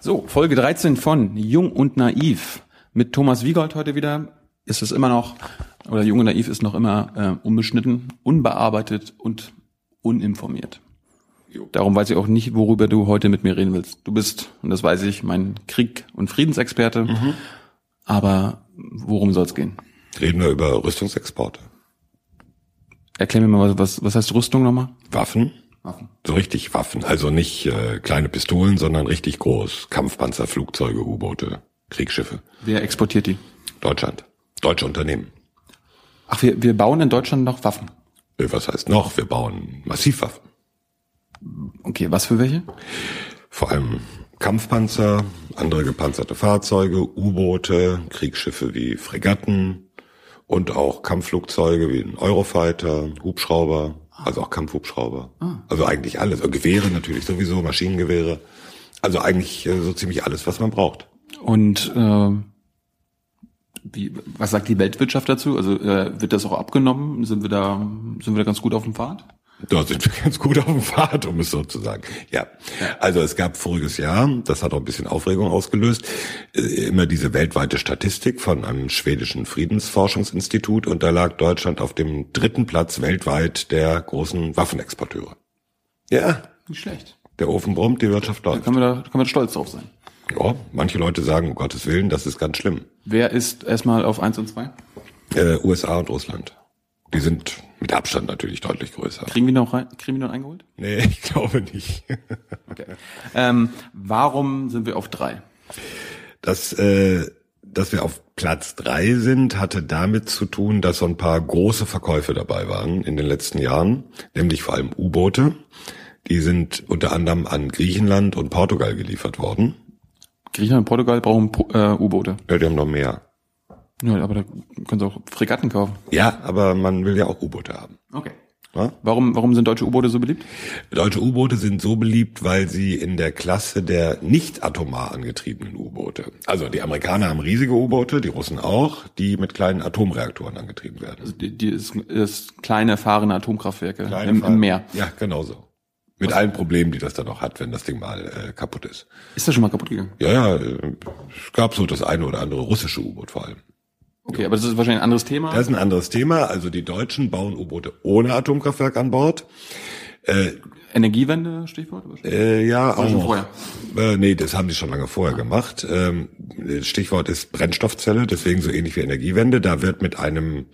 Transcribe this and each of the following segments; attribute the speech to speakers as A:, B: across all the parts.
A: So, Folge 13 von Jung und Naiv mit Thomas Wiegold heute wieder. Ist es immer noch, oder Jung und Naiv ist noch immer äh, unbeschnitten, unbearbeitet und uninformiert. Darum weiß ich auch nicht, worüber du heute mit mir reden willst. Du bist, und das weiß ich, mein Krieg- und Friedensexperte. Aber worum soll es gehen?
B: Reden wir über Rüstungsexporte.
A: Erklär mir mal, was, was heißt Rüstung nochmal?
B: Waffen?
A: Waffen.
B: So richtig Waffen. Also nicht äh, kleine Pistolen, sondern richtig groß. Kampfpanzer, Flugzeuge, U-Boote, Kriegsschiffe.
A: Wer exportiert die?
B: Deutschland. Deutsche Unternehmen.
A: Ach, wir, wir bauen in Deutschland noch Waffen.
B: Äh, Was heißt noch? Wir bauen Massivwaffen.
A: Okay, was für welche?
B: Vor allem Kampfpanzer, andere gepanzerte Fahrzeuge, U-Boote, Kriegsschiffe wie Fregatten und auch Kampfflugzeuge wie den Eurofighter, Hubschrauber, also auch Kampfhubschrauber. Also eigentlich alles. Und Gewehre natürlich sowieso, Maschinengewehre. Also eigentlich äh, so ziemlich alles, was man braucht.
A: Und ähm, wie, was sagt die Weltwirtschaft dazu? Also äh, wird das auch abgenommen? Sind wir da sind wir da ganz gut auf dem Pfad?
B: Da sind wir ganz gut auf dem Pfad, um es so zu sagen. Ja. Also es gab voriges Jahr, das hat auch ein bisschen Aufregung ausgelöst, äh, immer diese weltweite Statistik von einem schwedischen Friedensforschungsinstitut und da lag Deutschland auf dem dritten Platz weltweit der großen Waffenexporteure. Ja,
A: Nicht schlecht.
B: der Ofen brummt, die Wirtschaft
A: Da
B: läuft.
A: können wir da können wir stolz drauf sein.
B: Ja, manche Leute sagen, um Gottes Willen, das ist ganz schlimm.
A: Wer ist erstmal auf 1 und 2?
B: Äh, USA und Russland. Die sind mit Abstand natürlich deutlich größer.
A: Kriegen wir noch rein, kriegen wir noch eingeholt?
B: Nee, ich glaube nicht.
A: Okay. ähm, warum sind wir auf 3?
B: Das, äh, dass wir auf Platz drei sind, hatte damit zu tun, dass so ein paar große Verkäufe dabei waren in den letzten Jahren, nämlich vor allem U-Boote. Die sind unter anderem an Griechenland und Portugal geliefert worden.
A: Griechenland und Portugal brauchen Po- äh, U-Boote.
B: Ja, die haben noch mehr.
A: Ja, aber da können sie auch Fregatten kaufen.
B: Ja, aber man will ja auch U-Boote haben.
A: Okay.
B: Ne?
A: Warum warum sind deutsche U-Boote so beliebt?
B: Deutsche U-Boote sind so beliebt, weil sie in der Klasse der nicht atomar angetriebenen U-Boote. Also die Amerikaner haben riesige U-Boote, die Russen auch, die mit kleinen Atomreaktoren angetrieben werden.
A: Also die, die ist, ist kleine erfahrene Atomkraftwerke
B: Kleine
A: im,
B: Fall.
A: im Meer.
B: Ja, genau so. Mit allen Problemen, die das dann noch hat, wenn das Ding mal äh, kaputt ist.
A: Ist das schon mal kaputt gegangen?
B: Ja, ja, äh, es gab so das eine oder andere russische U-Boot vor allem.
A: Okay, aber das ist wahrscheinlich ein anderes Thema.
B: Das ist ein anderes Thema. Also die Deutschen bauen U-Boote ohne Atomkraftwerk an Bord.
A: Energiewende, Stichwort?
B: Äh, ja, auch.
A: schon
B: noch. Äh, nee, das haben die schon lange vorher gemacht. Ähm, Stichwort ist Brennstoffzelle, deswegen so ähnlich wie Energiewende. Da wird mit einem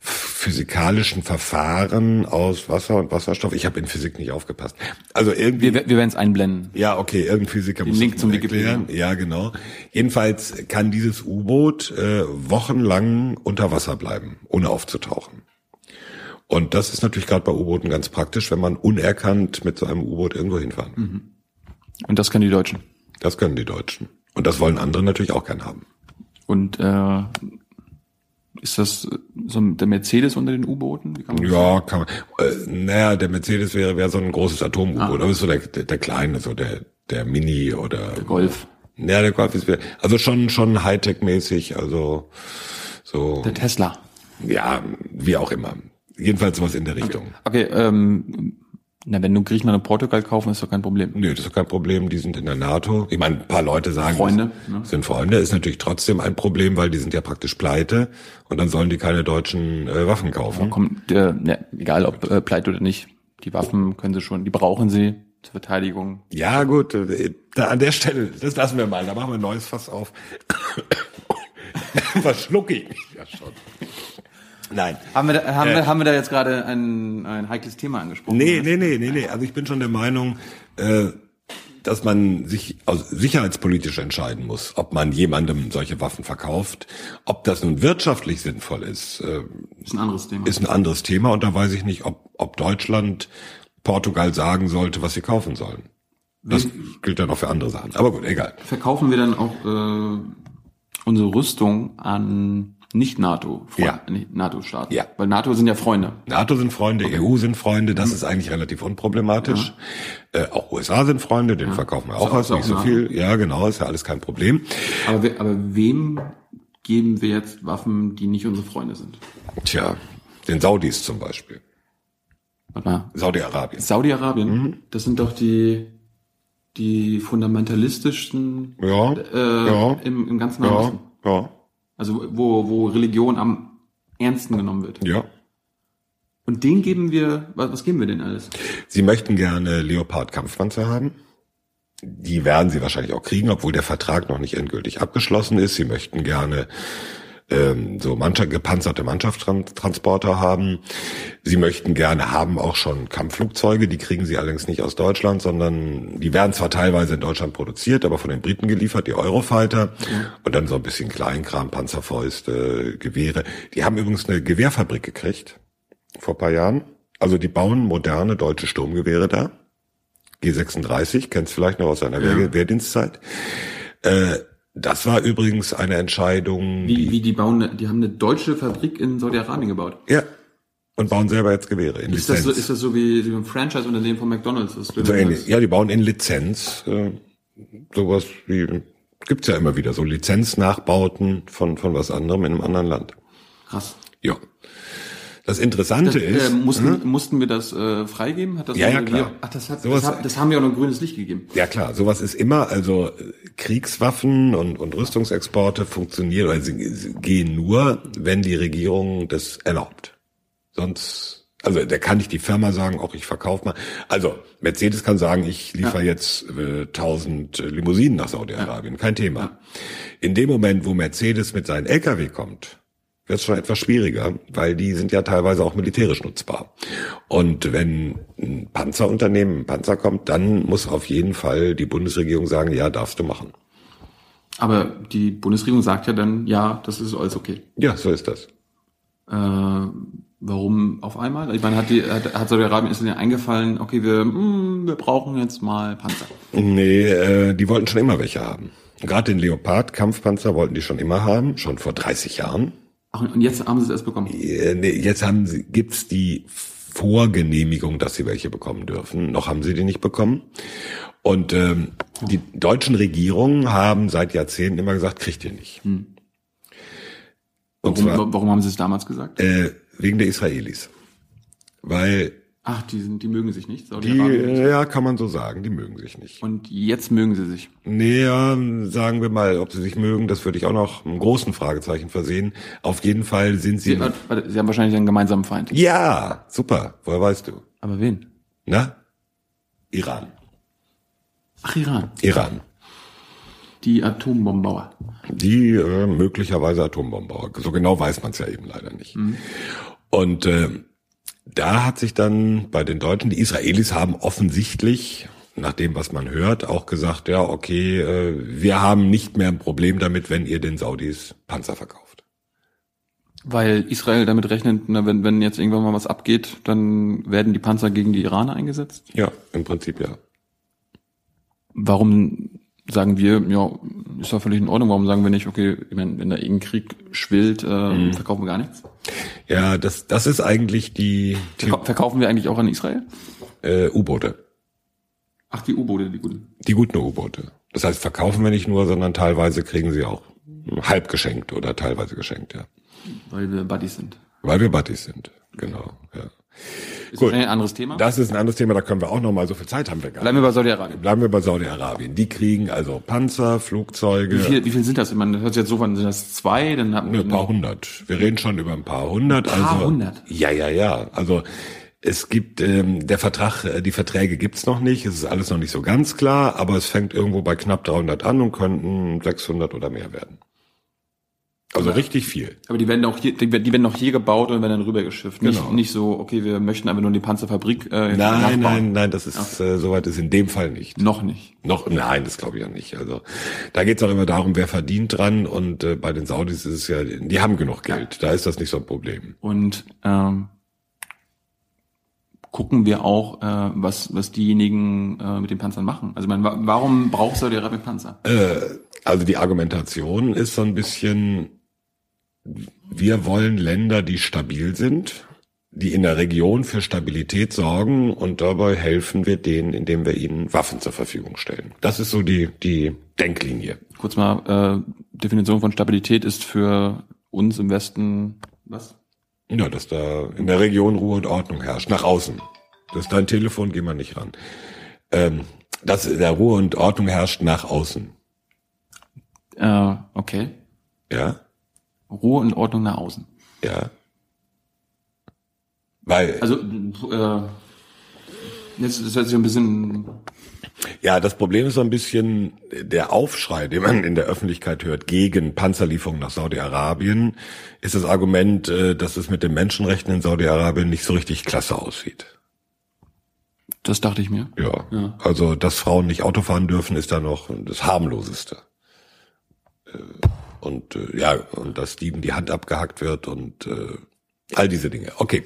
B: physikalischen Verfahren aus Wasser und Wasserstoff. Ich habe in Physik nicht aufgepasst. Also irgendwie.
A: Wir, wir werden es einblenden.
B: Ja, okay, irgendein Physiker muss
A: Link
B: das
A: zum
B: mal erklären. Ja, genau. Jedenfalls kann dieses U-Boot äh, wochenlang unter Wasser bleiben, ohne aufzutauchen. Und das ist natürlich gerade bei U-Booten ganz praktisch, wenn man unerkannt mit so einem U-Boot irgendwo hinfahren.
A: Mhm.
B: will.
A: Und das können die Deutschen.
B: Das können die Deutschen. Und das wollen andere natürlich auch gern haben.
A: Und äh, ist das äh, so ein- der Mercedes unter den U-Booten? Wie kann man-
B: Ja, kann man. Äh, naja, der Mercedes wäre, wäre so ein großes Atom-U-Boot,
A: Ah.
B: aber ist so der, der, der kleine, so der, der Mini oder
A: Golf.
B: Ja, der Golf ist wieder, also schon, schon Hightech-mäßig, also so,
A: Der Tesla.
B: ja, wie auch immer. Jedenfalls sowas in der Richtung.
A: Okay, ähm, na, wenn du Griechenland und Portugal kaufen, ist doch kein Problem.
B: Nö, das ist doch kein Problem, die sind in der NATO. Ich meine, ein paar Leute sagen,
A: Freunde,
B: das sind Freunde, ist natürlich trotzdem ein Problem, weil die sind ja praktisch pleite und dann sollen die keine deutschen äh, Waffen kaufen.
A: Kommt, äh, ne, egal ob äh, pleite oder nicht, die Waffen können sie schon, die brauchen sie zur Verteidigung.
B: Ja, gut, äh, da an der Stelle, das lassen wir mal, da machen wir ein neues Fass auf. Was schluck ich? Ja, schon. Nein.
A: Haben wir da, haben wir, haben wir da jetzt gerade ein, ein heikles Thema angesprochen?
B: Nee, nee, nee, nee, nee. Also ich bin schon der Meinung, äh, dass man sich aus sicherheitspolitisch entscheiden muss, ob man jemandem solche Waffen verkauft. Ob das nun wirtschaftlich sinnvoll ist, äh,
A: Ist ein anderes Thema.
B: ist ein anderes Thema. Und da weiß ich nicht, ob, ob Deutschland Portugal sagen sollte, was sie kaufen sollen. Das gilt dann auch für andere Sachen. Aber gut, egal.
A: verkaufen wir dann auch äh, unsere Rüstung an nicht-NATO,
B: Ja.
A: NATO-Staaten.
B: Ja.
A: Weil NATO sind ja Freunde.
B: NATO sind Freunde, EU sind Freunde,
A: Mhm.
B: das ist eigentlich relativ unproblematisch. Äh, auch USA sind Freunde, den verkaufen wir auch,
A: auch- ne?
B: aus,
A: ist auch
B: nicht so
A: nah.
B: viel. Ja, genau, ist ja alles kein Problem.
A: Aber, we aber wem geben wir jetzt Waffen, die nicht unsere Freunde sind?
B: Tja, den Saudis zum Beispiel.
A: Warte mal.
B: Saudi-Arabien. Mhm.
A: Saudi-Arabien, das sind doch die, die fundamentalistischsten
B: Ja,
A: äh,
B: ja.
A: im, im ganzen
B: ja,
A: Nahen Osten.
B: ja,
A: Also wo, wo Religion am ernsten genommen wird.
B: ja.
A: Und den geben wir, was, was geben wir denn alles?
B: Sie möchten gerne Leopard-Kampfpanzer haben. Die werden sie wahrscheinlich auch kriegen, obwohl der Vertrag noch nicht endgültig abgeschlossen ist. Sie möchten gerne ähm, so Mannschaft, gepanzerte Mannschaftstransporter haben. Sie möchten gerne haben auch schon Kampfflugzeuge. Die kriegen sie allerdings nicht aus Deutschland, sondern die werden zwar teilweise in Deutschland produziert, aber von den Briten geliefert, die Eurofighter.
A: Mhm.
B: Und dann so ein bisschen Kleinkram, Panzerfäuste, Gewehre. Die haben übrigens eine Gewehrfabrik gekriegt vor ein paar Jahren. Also die bauen moderne deutsche Sturmgewehre da. G36, kennst vielleicht noch aus seiner Wehr- Wehrdienstzeit. Äh, das war übrigens eine Entscheidung,
A: Wie, wie die bauen, eine- die haben eine deutsche Fabrik in Saudi-Arabien gebaut.
B: Ja. Und bauen selber jetzt Gewehre in
A: Ist das,
B: Lizenz.
A: so, ist das so wie so ein Franchise-Unternehmen von McDonalds? Das
B: so ähnlich. Ja, die bauen in Lizenz. Äh, sowas wie gibt's ja immer wieder so Lizenznachbauten von von was anderem in einem anderen Land.
A: Krass.
B: Ja. Das Interessante
A: Äh,
B: ist, hm?
A: mussten, mussten wir das äh, freigeben? Hat das
B: Mhm. Ja, ja,
A: die Regierung-
B: klar.
A: Ach, das, hat,
B: Sowas-
A: das, hat, das haben wir auch noch grünes Licht gegeben.
B: Ja klar, sowas ist immer, also äh, Kriegswaffen und, und Rüstungsexporte funktionieren oder sie, sie gehen nur, wenn die Regierung das erlaubt. Sonst, also da kann nicht die Firma sagen, auch ich verkaufe mal. Also Mercedes kann sagen, ich liefere jetzt äh, 1000 Limousinen nach Saudi-Arabien, kein Thema. In dem Moment, wo Mercedes mit seinen LKW kommt, wird es schon etwas schwieriger, weil die sind ja teilweise auch militärisch nutzbar. Und wenn ein Panzerunternehmen, ein Panzer kommt, dann muss auf jeden Fall die Bundesregierung sagen, ja, darfst du machen.
A: Aber die Bundesregierung sagt ja dann, ja, das ist alles okay.
B: Ja, so ist das.
A: Äh, warum auf einmal? Ich meine, hat, die- hat, hat Saudi-Arabien ist denn eingefallen, okay, wir, mh, wir brauchen jetzt mal Panzer.
B: Nee, äh, die wollten schon immer welche haben. Gerade den Leopard Kampfpanzer wollten die schon immer haben, schon vor 30 Jahren.
A: Ach, und jetzt haben sie es erst bekommen.
B: Äh, nee, jetzt haben sie, gibt's die Vorgenehmigung, dass sie welche bekommen dürfen. Noch haben sie die nicht bekommen. Und ähm, die deutschen Regierungen haben seit Jahrzehnten immer gesagt, kriegt ihr nicht. Und
A: Warum,
B: zwar
A: wa- warum haben sie es damals gesagt?
B: äh, wegen der Israelis. Weil
A: Ach, die, sind, die mögen sich nicht,
B: die,
A: Saudi-Arabien.
B: äh, ja, kann man so sagen, die mögen sich nicht.
A: Und jetzt mögen sie sich.
B: Naja, sagen wir mal, ob sie sich mögen, das würde ich auch noch einem großen Fragezeichen versehen. Auf jeden Fall sind sie.
A: Sie, äh, warte, sie haben wahrscheinlich einen gemeinsamen Feind.
B: Ja, super. Woher weißt du?
A: Aber wen?
B: Na? Iran.
A: Ach, Iran.
B: Iran.
A: Die Atombombenbauer.
B: Die äh, möglicherweise Atombombenbauer. So genau weiß man es ja eben leider nicht.
A: Mhm.
B: Und äh, da hat sich dann bei den Deutschen, die Israelis haben offensichtlich, nach dem, was man hört, auch gesagt, ja, okay, äh, wir haben nicht mehr ein Problem damit, wenn ihr den Saudis Panzer verkauft.
A: Weil Israel damit rechnet, na, wenn, wenn jetzt irgendwann mal was abgeht, dann werden die Panzer gegen die Iraner eingesetzt.
B: Ja, im Prinzip ja.
A: Warum sagen wir, ja, ist doch völlig in Ordnung, warum sagen wir nicht, okay, ich meine, wenn da irgendein Krieg schwillt, äh, verkaufen wir gar nichts?
B: Ja, das, das ist eigentlich die, die
A: Verkau verkaufen wir eigentlich auch an Israel?
B: äh, U-Boote.
A: Ach, die U-Boote, die guten.
B: Die guten U-Boote. Das heißt, verkaufen wir nicht nur, sondern teilweise kriegen sie auch halb geschenkt oder teilweise geschenkt, ja.
A: Weil wir Buddies sind.
B: Weil wir Buddies sind. Genau, ja.
A: Ist
B: Gut.
A: das ein anderes Thema?
B: Das ist ein anderes Thema, da können wir auch nochmal, so viel Zeit haben wir gar
A: Bleiben
B: nicht.
A: wir bei Saudi-Arabien.
B: Bleiben wir bei Saudi-Arabien. Die kriegen also Panzer, Flugzeuge,
A: Wie viel, wie viel sind das? Ich meine, das hört sich jetzt so an, sind das zwei, dann hatten wir
B: ein paar hundert. Wir reden schon über ein paar hundert.
A: paar
B: also,
A: hundert?
B: Ja, ja, ja. Also es gibt ähm, der Vertrag, äh, die Verträge gibt's noch nicht. Es ist alles noch nicht so ganz klar, aber es fängt irgendwo bei knapp 300 an und könnten 600 oder mehr werden. Also richtig viel.
A: Aber die werden auch hier, die, werden- die werden auch hier gebaut und werden dann rübergeschifft.
B: Genau.
A: Nicht, nicht so, okay, wir möchten einfach nur die Panzerfabrik äh, jetzt nachbauen.
B: Nein, nein, nein, das ist äh, soweit ist in dem Fall nicht.
A: Noch nicht.
B: Noch, nein, das glaube ich ja nicht. Also da geht's auch immer darum, wer verdient dran und äh, bei den Saudis ist es ja, die haben genug Geld. Da ist das nicht so ein Problem.
A: Und ähm, gucken wir auch, äh, was, was diejenigen äh, mit den Panzern machen. Also ich meine, wa warum braucht Saudi-Arabien Panzer?
B: Also die Argumentation ist so ein bisschen, wir wollen Länder, die stabil sind, die in der Region für Stabilität sorgen und dabei helfen wir denen, indem wir ihnen Waffen zur Verfügung stellen. Das ist so die, die Denklinie.
A: Kurz mal, äh, Definition von Stabilität ist für uns im Westen was?
B: Ja, dass da in der Region Ruhe und Ordnung herrscht. Nach außen. Das ist dein Telefon, geh mal nicht ran. Ähm, dass in der Ruhe und Ordnung herrscht nach außen.
A: Äh, okay.
B: Ja,
A: Ruhe und Ordnung nach außen.
B: ja. Weil,
A: Also, äh, jetzt das hört sich ein bisschen.
B: ja, das Problem ist so ein bisschen äh, der Aufschrei, den man in der Öffentlichkeit hört gegen Panzerlieferungen nach Saudi-Arabien, ist das Argument, äh, dass es mit den Menschenrechten in Saudi-Arabien nicht so richtig klasse aussieht.
A: Das dachte ich mir.
B: Ja.
A: Ja.
B: Also, dass Frauen nicht Auto fahren dürfen, ist da noch das harmloseste. Äh, Und äh, ja, und dass Dieben die Hand abgehackt wird und äh, all diese Dinge. Okay.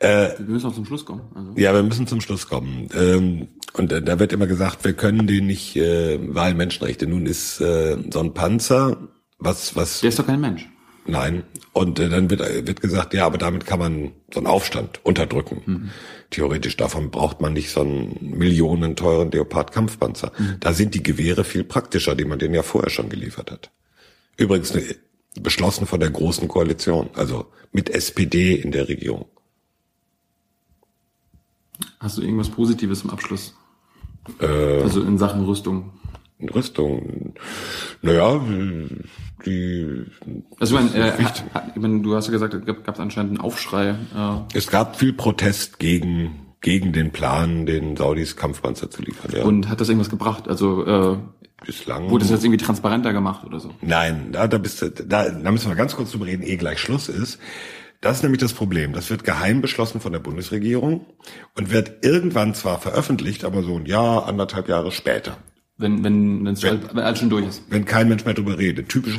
A: Wir müssen auch zum Schluss kommen. Also.
B: Ja, wir müssen zum Schluss kommen. Ähm, und äh, da wird immer gesagt, wir können den nicht äh, weil Menschenrechte. Nun ist äh, so ein Panzer, was, was,
A: Der ist doch kein Mensch.
B: nein. Und äh, dann wird, äh, wird gesagt, ja, aber damit kann man so einen Aufstand unterdrücken. Theoretisch davon braucht man nicht so einen millionenteuren Leopard-Kampfpanzer. Da sind die Gewehre viel praktischer, die man denen ja vorher schon geliefert hat. Übrigens äh, beschlossen von der Großen Koalition, also mit SPD in der Regierung.
A: Hast du irgendwas Positives im Abschluss? Also in Sachen Rüstung.
B: Rüstung. Naja, die,
A: Also ich meine, äh, hat- hat- ich meine, du hast ja gesagt, es gab es anscheinend einen Aufschrei. Äh,
B: es gab viel Protest gegen, gegen den Plan, den Saudis Kampfpanzer zu liefern. Ja.
A: und hat das irgendwas gebracht? Also äh,
B: bislang.
A: wurde das jetzt irgendwie transparenter gemacht oder so?
B: Nein, da, da, bist, du- da, da müssen wir ganz kurz drüber reden, ehe gleich Schluss ist. Das ist nämlich das Problem. Das wird geheim beschlossen von der Bundesregierung und wird irgendwann zwar veröffentlicht, aber so ein Jahr, anderthalb Jahre später.
A: Wenn wenn wenn's, wenn alles schon durch ist.
B: Wenn kein Mensch mehr drüber redet. Typisches